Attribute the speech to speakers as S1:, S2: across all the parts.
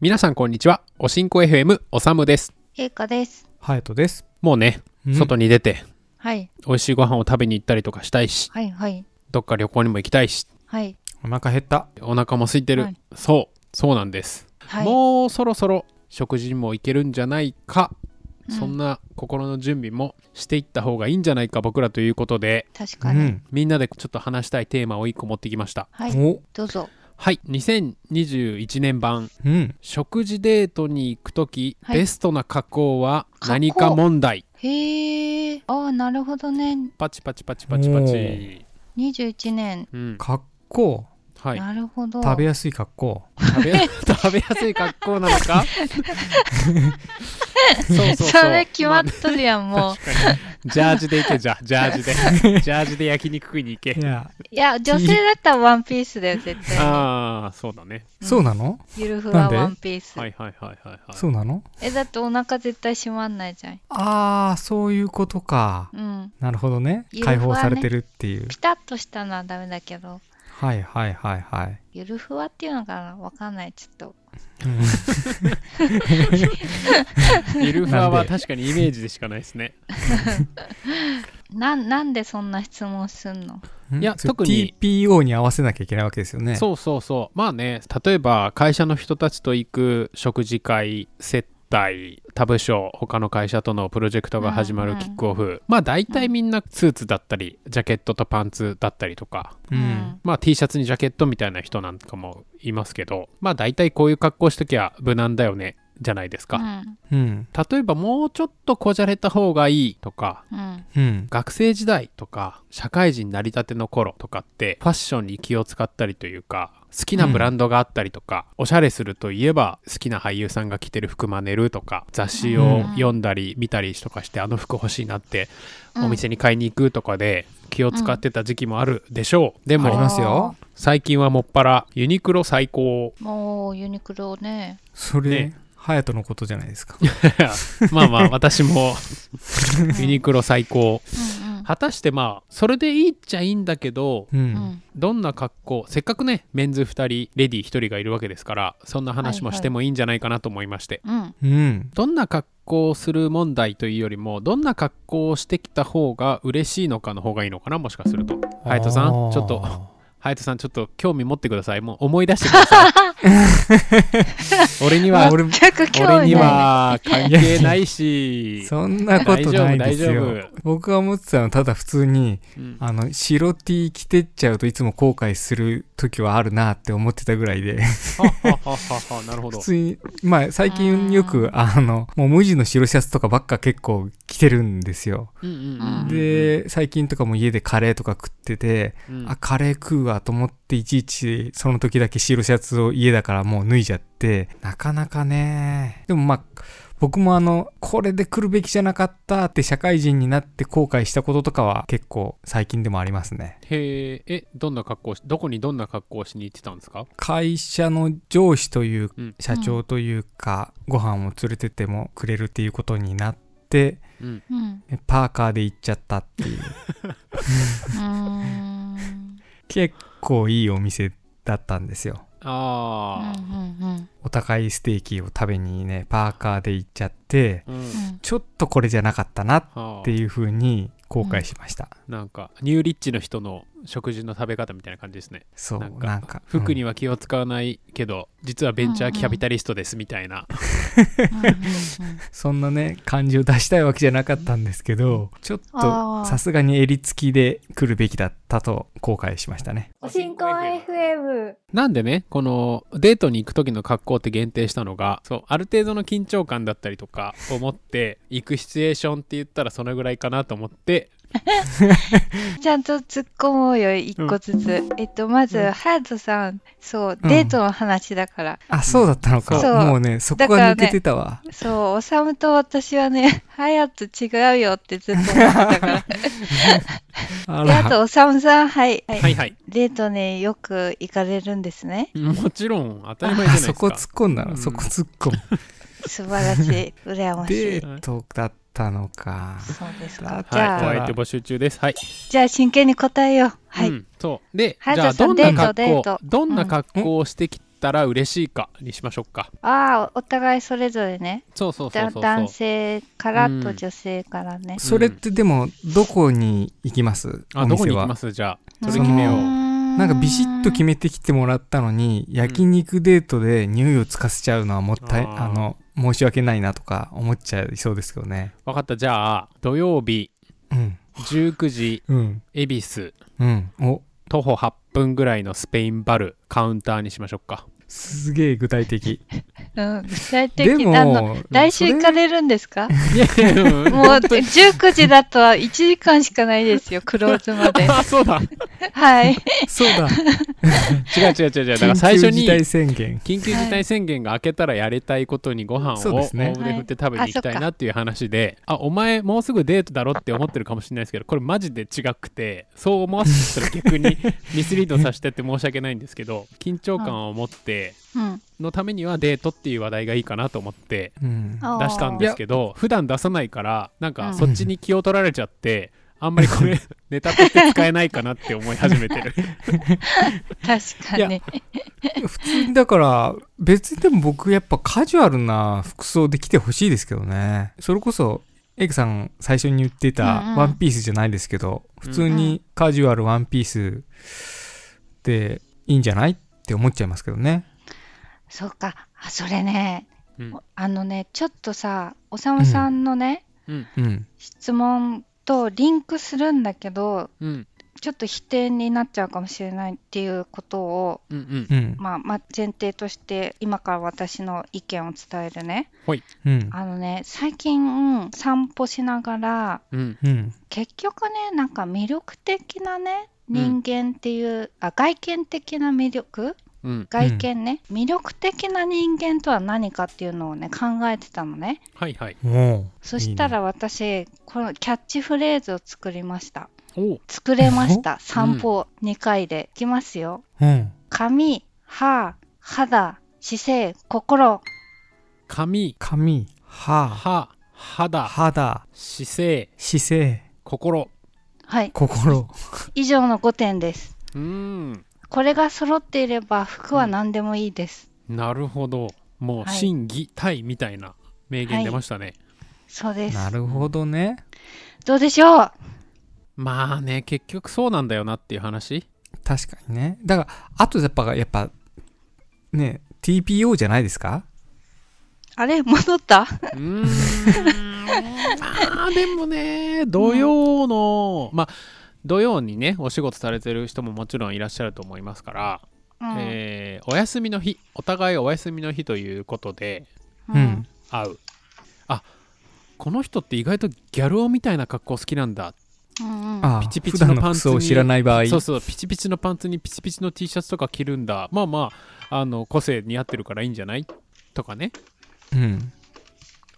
S1: 皆さんこんにちは。おしんこ FM おさむです。
S2: 陛下です。
S3: ハヤトです。
S1: もうね、外に出て
S2: はい、
S1: 美味しいご飯を食べに行ったりとかしたいし、
S2: はい、はい、
S1: どっか旅行にも行きたいし、
S2: はい、
S3: お腹減った。
S1: お腹も空いてる。
S2: はい
S1: そう、そうなんです。
S2: はい。
S1: もうそろそろ食事にも行けるんじゃないか、
S2: うん
S1: そんな心の準備もしていった方がいいんじゃないか僕らということで
S2: 確かに。
S3: うん
S1: みんなでちょっと話したいテーマを1個持ってきました
S2: はい、
S3: お、
S2: どうぞ。
S1: はい2021年版
S3: うん。
S1: 食事デートに行く時、
S2: はい
S1: ベストな加工は
S2: 加工
S1: 何か問題
S2: へえ、ああ、なるほどね。
S1: パチパチパチパチパ
S3: お
S1: チ
S3: ー、
S2: 21年。
S1: うん、
S3: 格好。
S1: はい
S2: なるほど。
S3: 食べやすい格好。
S1: 食べ食べやすい格好なのかそう そうそう
S2: それ決まっ
S1: あ
S2: とるやん、もう。
S1: ジャージで行けじゃあジャージ でジャージで焼肉食いに行け
S3: いや、
S2: いや、女性だったらワンピースだよ、絶対に。
S1: ああそうだね
S3: そうなの
S2: ゆるふわ
S3: なんで
S2: ワンピース
S1: は。いはいはいはいはい
S3: そうなの
S2: え、だってお腹絶対閉まんないじゃん。
S3: あー、そういうことか。
S2: うん。
S3: なるほどね
S2: ゆ。るふわね
S3: 解放されてるっていう。
S2: ピタッとしたのはダメだけど、
S3: はいはいはいはい。
S2: ゆるふわっていうのかなわかんない、ちょっと。
S3: うん
S1: ゆるふわ
S3: な
S1: は
S3: んで
S1: 確かにイメージでしかないですね
S2: なん、なんでそんな質問すんの
S1: いや
S3: それ
S1: 特に
S3: TPO に合わせなきゃいけないわけですよね。
S1: そうそうそうまあね例えば会社の人たちと行く食事会接待他部署他の会社とのプロジェクトが始ま
S2: う
S1: る
S2: んうん
S1: キックオフ、まあ大体みんなスーツだったりジャケットとパンツだったりとか
S3: う
S2: うん
S3: ん。
S1: まあ T シャツにジャケットみたいな人なんかもいますけどまあ大体こういう格好しときゃ無難だよねじゃないです
S2: う
S1: か、
S2: ん。
S3: うん。
S1: 例えばもうちょっとこじゃれた方がいいとか
S2: うん。
S3: うん。
S1: 学生時代とか社会人なりたての頃とかってファッションに気を使ったりというか好きなブランドがあったりとか、おしゃれするといえば好きな俳優さんが着てる服真似るとか雑誌を読んだり見たりとかして、あの服欲しいなって
S2: うん
S1: お店に買いに行くとかで気を使ってた時期もあるでしょう、で
S3: ありま
S1: も
S3: すよ。
S1: 最近はもっぱらユニクロ最高
S2: もうユニクロね。
S3: それ
S1: ね、
S3: ハヤトのことじゃないですか。
S1: まあまあ私 もユニクロ最高
S2: うんうん。
S1: 果たしてまあそれでいいっちゃいいんだけど
S3: う。
S2: うんん
S1: どんな格好せっかくねメンズ2人レディ1人がいるわけですからそんな話もしてもいいんじゃないかなと思いまして、
S2: うん
S3: うん。
S1: どんな格好をする問題というよりもどんな格好をしてきた方が嬉しいのかの方がいいのかなもしかすると隼人さん
S3: あー
S1: ちょっと隼人さんちょっと興味持ってくださいもう思い出してください 俺には
S3: 俺、
S2: 全く興味ない
S1: 俺には関係ないし
S3: そんなことないです
S1: 大丈夫大
S3: よ
S1: 丈。
S3: 僕が思ってたのはただ普通に、
S1: うん
S3: あの、白 T 着てっちゃうといつも後悔する時はあるなって思ってたぐらいで、
S1: はははは はなるほど
S3: 普通に、まあ最近よ
S2: う
S3: く、あの、もう無地の白シャツとかばっか結構着てるんですよ。
S1: うんうんうんうん
S3: で、最近とかも家でカレーとか食ってて、
S1: うん
S3: あ、カレー食うわと思っていちいちその時だけ白シャツを家だからもう脱いじゃって、なかなかね。でもまあ、僕もあの、これで来るべきじゃなかったって社会人になって後悔したこととかは結構最近でもありますね。
S1: へええどんな格好をしどこにどんな格好をしに行ってたんですか
S3: 会社の上司という
S1: うん
S3: 社長というか、ご飯を連れてってもくれるっていうことになって、
S1: うん
S2: うん
S3: パーカーで行っちゃったっていう。
S2: うーん
S3: 結構いいお店だったんですよ。
S1: ああ、
S2: うん
S3: お高いステーキを食べにねパーカーで行っちゃって
S1: うん
S2: うんうん
S3: ちょっとこれじゃなかったなっ
S1: はあ
S3: ていう風に後悔しました、
S1: なんかニューリッチの人の食事の食べ方みたいな感じですね
S3: そう
S1: な
S3: なんん
S1: か
S3: か
S1: 服
S3: う
S1: に
S3: ん
S1: は気を使わないけど、実はベンチャーキャピタリストですみたいな、
S2: うんうん
S3: そんなね感じを出したいわけじゃなかったんですけどちょっと
S2: あー
S3: さすがに襟付きで来るべきだったと後悔しましたね
S4: おしんこ FM。
S1: なんでねこのデートに行く時の格好って限定したのがそうある程度の緊張感だったりとか思って行くシチュエーションって言ったらそのぐらいかなと思って
S2: ちゃんと突っ込もうよ一個ずつ、えっとまず、
S3: うん
S2: ハヤトさんそう
S3: うん
S2: デートの話だから、
S3: あそうだったのか、
S2: そう
S3: もうねそこが抜けてたわ、
S2: そうおさむと私はね ハヤト違うよってずっと思ってたから
S3: あ
S2: であとおさむさんはい、はい
S1: はいはい
S2: デートねよく行かれるんですね
S1: もちろん当たり前じゃないで
S3: あ
S1: すか
S3: そこ突っ込んだの、
S1: うん
S3: そこ突っ込む
S2: 素晴らしい羨まし
S3: デ
S2: い
S3: ートだったのか
S2: そうですか
S3: だ
S2: じゃあ、
S1: はい、お相手募集中です。はい。
S2: じゃあ真剣に答えようはい、
S1: うんそう。で、
S2: はい
S1: じゃあ、
S2: じゃあ
S1: どんな
S2: デートデー
S1: 格好
S2: ト、
S1: どんな格好をしてきったら嬉しいかにしましょうか
S2: ああ、お互いそれぞれね。
S1: そうそうそう
S2: だ
S1: そう
S2: 男性から
S1: う
S2: と
S1: ん
S2: 女性からね。
S3: それってでもどこに行きます
S1: あ
S3: お
S1: どこに
S3: 店
S1: 行き
S3: は
S1: ますじゃあ
S3: ん
S1: それ決めよう
S3: そのなんかビシッと決
S2: め
S3: めてきてもらったのに焼肉デートで匂いをつかせちゃうのはもったい、
S1: あー
S3: あの申し訳ないなとか思っちゃいそうですけどね
S1: 分かったじゃあ土曜日
S3: うん
S1: 19時
S3: うん
S1: 恵比寿
S3: うんお
S1: 徒歩8分ぐらいのスペインバルカウンターにしましょうか
S3: すげえ具体 的
S2: うん、具体
S3: で
S2: 的なの。
S3: も
S2: 来週行か
S3: それ
S2: れるんですか
S1: いやいやもう
S2: もう19時だと1時間しかないですよ、クローズ まで。
S1: あそうだ
S2: はい。
S3: そうだ
S1: 違う違う違う違うだから最
S3: 緊
S1: 初
S3: 急
S1: に
S3: 事態宣言
S1: 緊急事態宣言が明けたらやりたいことにご飯
S3: そう
S1: を
S3: で
S1: 大
S3: すね
S1: 腕振って食べに行きたいなっていう話で、あお前もうすぐデートだろって思ってるかもしれないですけどこれマジで違くてそう思わせたら逆にミスリードさせてって申し訳ないんですけど緊張感を持って
S2: うん。
S1: のためにはデートっていう話題がいいかなと思って
S3: うん
S2: あー
S1: 出したんですけど普段出さないからなんかそっちに気を取られちゃって、あんまりこ れネタとして使えないかなって思い始め てる
S2: 確かに。
S3: 普通にだから別にでも僕やっぱカジュアルな服装で来てほしいですけどねそれこそエイクさん最初に言ってた
S2: うんうん
S3: ワンピースじゃないですけど、普通にカジュアルワンピースでいいんじゃないって思っちゃいますけどね
S2: そうか。あ、それね。
S1: うん
S2: あのね、ちょっとさ、おさむさんのね、
S3: うん
S2: 質問とリンクするんだけど、
S1: うん
S2: ちょっと否定になっちゃうかもしれないっていうことを、
S1: うんうん
S3: うん
S2: まあ、まあ、前提として今から私の意見を伝えるね。
S3: うん
S2: あのね、最近散歩しながら、
S1: うん
S3: うん
S2: 結局ねなんか魅力的なね
S1: うん
S2: 人間っていう、あ外見的な魅力
S1: うん
S2: 外見ね、魅力的な人間とは何かっていうのをね考えてたのね
S1: はいはい
S3: おう
S2: そしたら私このキャッチフレーズを作りました
S1: お う
S2: 作れました散歩2回で、いきますよ
S3: いいね
S2: 髪歯肌姿勢心
S1: 髪
S3: 髪歯
S1: 歯肌
S3: 肌
S1: 姿勢
S3: 姿勢
S1: 心
S2: はい
S3: 心
S2: 以上の5点です
S1: うーん
S2: これが揃っていれば服は何でもいいです、
S1: なるほどもう
S2: はい
S1: 真偽体みたいな名言出ましたね、
S2: そうです
S3: なるほどね
S2: どうでしょう
S1: まあね結局そうなんだよなっていう話
S3: 確かにねだからあとやっぱやっぱね TPO じゃないですか
S2: あれ戻った
S1: うーんまあでもね土曜の、まあ土曜にねお仕事されてる人ももちろんいらっしゃると思いますから、
S2: うん
S1: えーお休みの日お互いお休みの日ということで
S3: う
S2: うんん、
S1: 会うあこの人って意外とギャル男みたいな格好好きなんだ
S2: うんうん
S3: ああ
S1: ピチピチ
S3: 普段
S1: のパンツに
S3: 服装を知らない場合
S1: そうそうピチピチのパンツにピチピチの T シャツとか着るんだまあまああの個性似合ってるからいいんじゃないとかね
S3: うん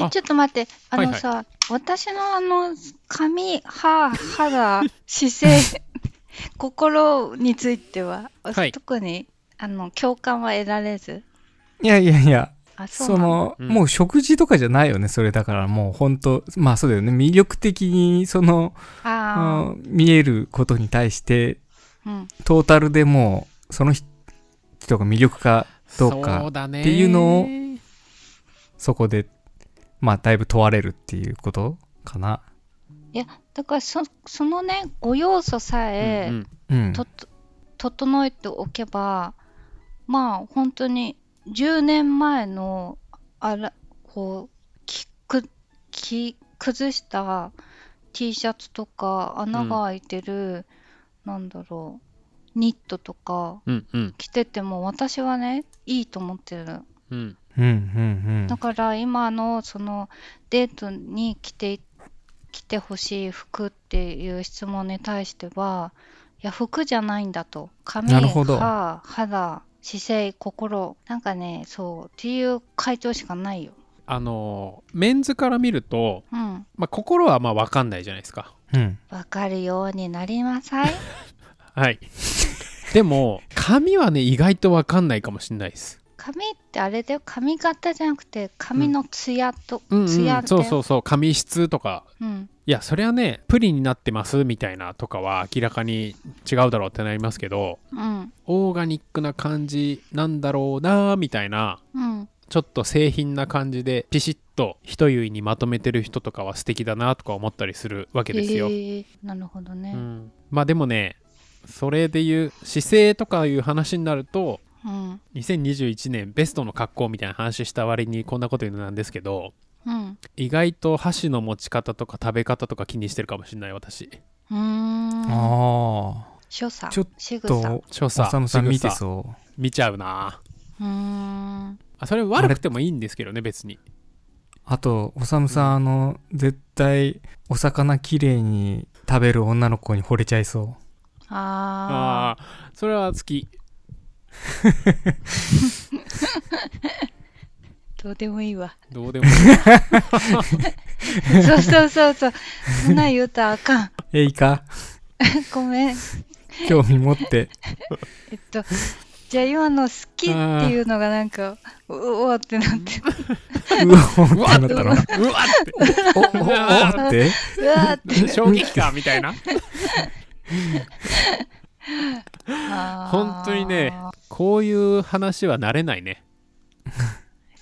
S1: あ
S2: えちょっと待ってあ
S1: はい
S2: の
S1: はい
S2: さ、私のあの髪歯肌姿勢心については、
S1: はい
S2: 特にあの共感は得られず
S3: いやいやいや
S2: あそう
S3: そ
S2: なんだ
S3: の、
S1: うん
S3: もう食事とかじゃないよねそれだからもう本当まあそうだよね魅力的にその、
S2: あ
S3: うん見えることに対して
S2: ー、うん、
S3: トータルでもうその人が魅力かどうか
S1: そうだね
S3: っていうのをそこでまあだいぶ問われるっていうことかな
S2: だからそそのねご要素さえ、
S1: うん
S3: うん
S2: とと整えておけばまあ本当に10年前のあらこうきくき崩した T シャツとか穴が開いてる、なんだろうニットとか
S1: うんうん
S2: 着てても私はねいいと思ってる
S1: うん
S3: うんうん
S2: だから今のそのデートに着て着てほしい服っていう質問に対してはいや服じゃないんだと髪
S3: なるほど
S2: 歯肌姿勢心なんかねそうっていう回答しかないよ
S1: あのメンズから見ると、
S2: うん
S1: まあ、心はまあ分かんないじゃないですか
S3: うんうん
S2: わかるようになりな さい
S1: はい でも髪はね意外と分かんないかもしれないです
S2: 髪ってあれだよ髪型じゃなくて髪のツヤと、
S1: うん、うん、
S2: ツヤだ
S1: そう
S2: よ
S1: そうそう髪質とか
S2: うん
S1: いやそれはねプリになってますみたいなとかは明らかに違うだろうってなりますけど
S2: うん
S1: オーガニックな感じなんだろうなーみたいな
S2: うん
S1: ちょっと製品な感じでピシッと一結いにまとめてる人とかは素敵だなとか思ったりするわけですよ。
S2: えーなるほど
S1: う
S2: ね
S1: ん、まあでもねそれでいう姿勢とかいう話になると
S2: うん
S1: 2021年ベストの格好みたいな話した割にこんなこと言うのなんですけど
S2: うん
S1: 意外と箸の持ち方とか食べ方とか気にしてるかもしれない私
S2: うーん
S3: ああ
S2: 所作
S3: ちょっ
S2: 仕
S3: と
S2: 草う
S1: 所作
S3: おさむさん見て
S1: う
S3: そ
S1: 見ちゃうな
S2: ーん
S1: あそれ悪くてもいいんですけどね別に
S3: うあとおさむさんあの絶対お魚きれいに食べる女の子に惚れちゃいそ
S1: あ
S2: あ
S1: あーそれは好き
S2: ーどうでもいいわ
S1: どうでもいい
S2: そうそうそうそうそんなん言うたらあかん
S3: うえい か
S2: ごめん
S3: 興味持 って
S2: えっとじゃあ今の好きっていうのがなんかうおーってなって
S3: うお
S1: うわっ
S3: ってなったの
S1: うわ
S3: おおおって
S2: うわーっ
S1: って衝撃かみたいな
S2: あー
S1: 本当にねこういう話は慣れないね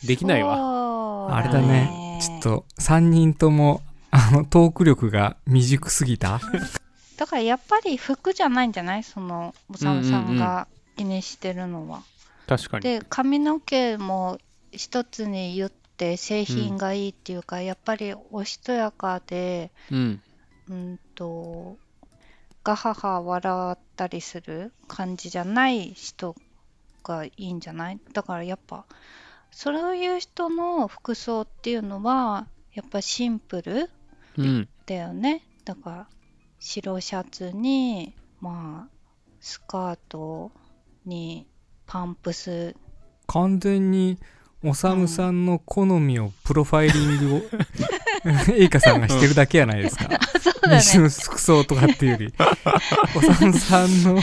S1: できないわ
S2: わ
S3: あれだねちょっと3人ともあのトーク力が未熟すぎた
S2: だからやっぱり服じゃないんじゃないそのおさむさんが気にしてるのは、
S1: 確かに
S2: で髪の毛も一つに言って製品がいいっていうか、やっぱりおしとやかで
S1: うん
S2: うんとガハハ笑ったりする感じじゃない人がいいんじゃないだからやっぱそういう人の服装っていうのはやっぱシンプル
S1: うん
S2: だよねだから白シャツにまあスカートにパンプス
S3: 完全におさむさんの好みをプロファイリ ングをエイカさんがしてるだけやないですか、
S2: そうだね
S3: 西の服装とかっていう よりおさむさんの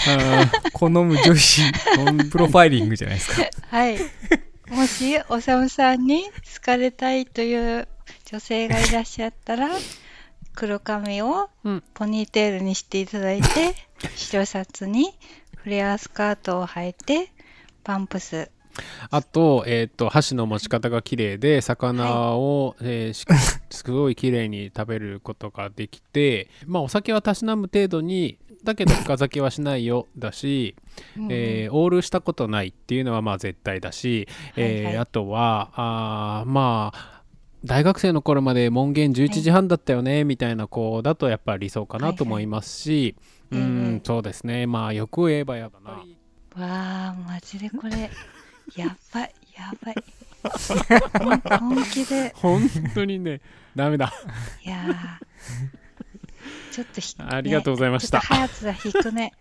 S3: 好む女子のプロファイリングじゃないですか
S2: はいもしおさむさんに好かれたいという女性がいらっしゃったら黒髪を
S1: うん
S2: ポニーテールにしていただいて、 白シャツにフレアスカートを履いてパンプス
S1: あと,、えー、と箸の持ち方が綺麗で魚を、えーしすごい綺麗に食べることができてまあお酒はたしなむ程度にだけど深酒はしないよだし、えーオールしたことないっていうのはまあ絶対だし、えー
S2: はいはい
S1: あとはあーまあ大学生の頃まで門限11時半だったよねみたいな子だとやっぱり理想かなと思いますし、
S2: はいはいううんうんん
S1: そうですねまあ欲を言えばやだな。
S2: わあマジで これやばいやばい 本気で
S1: 本当にね ダメだ
S2: いやーちょっとひ
S1: ありがとうございました
S2: ねちょっと早くだ引くね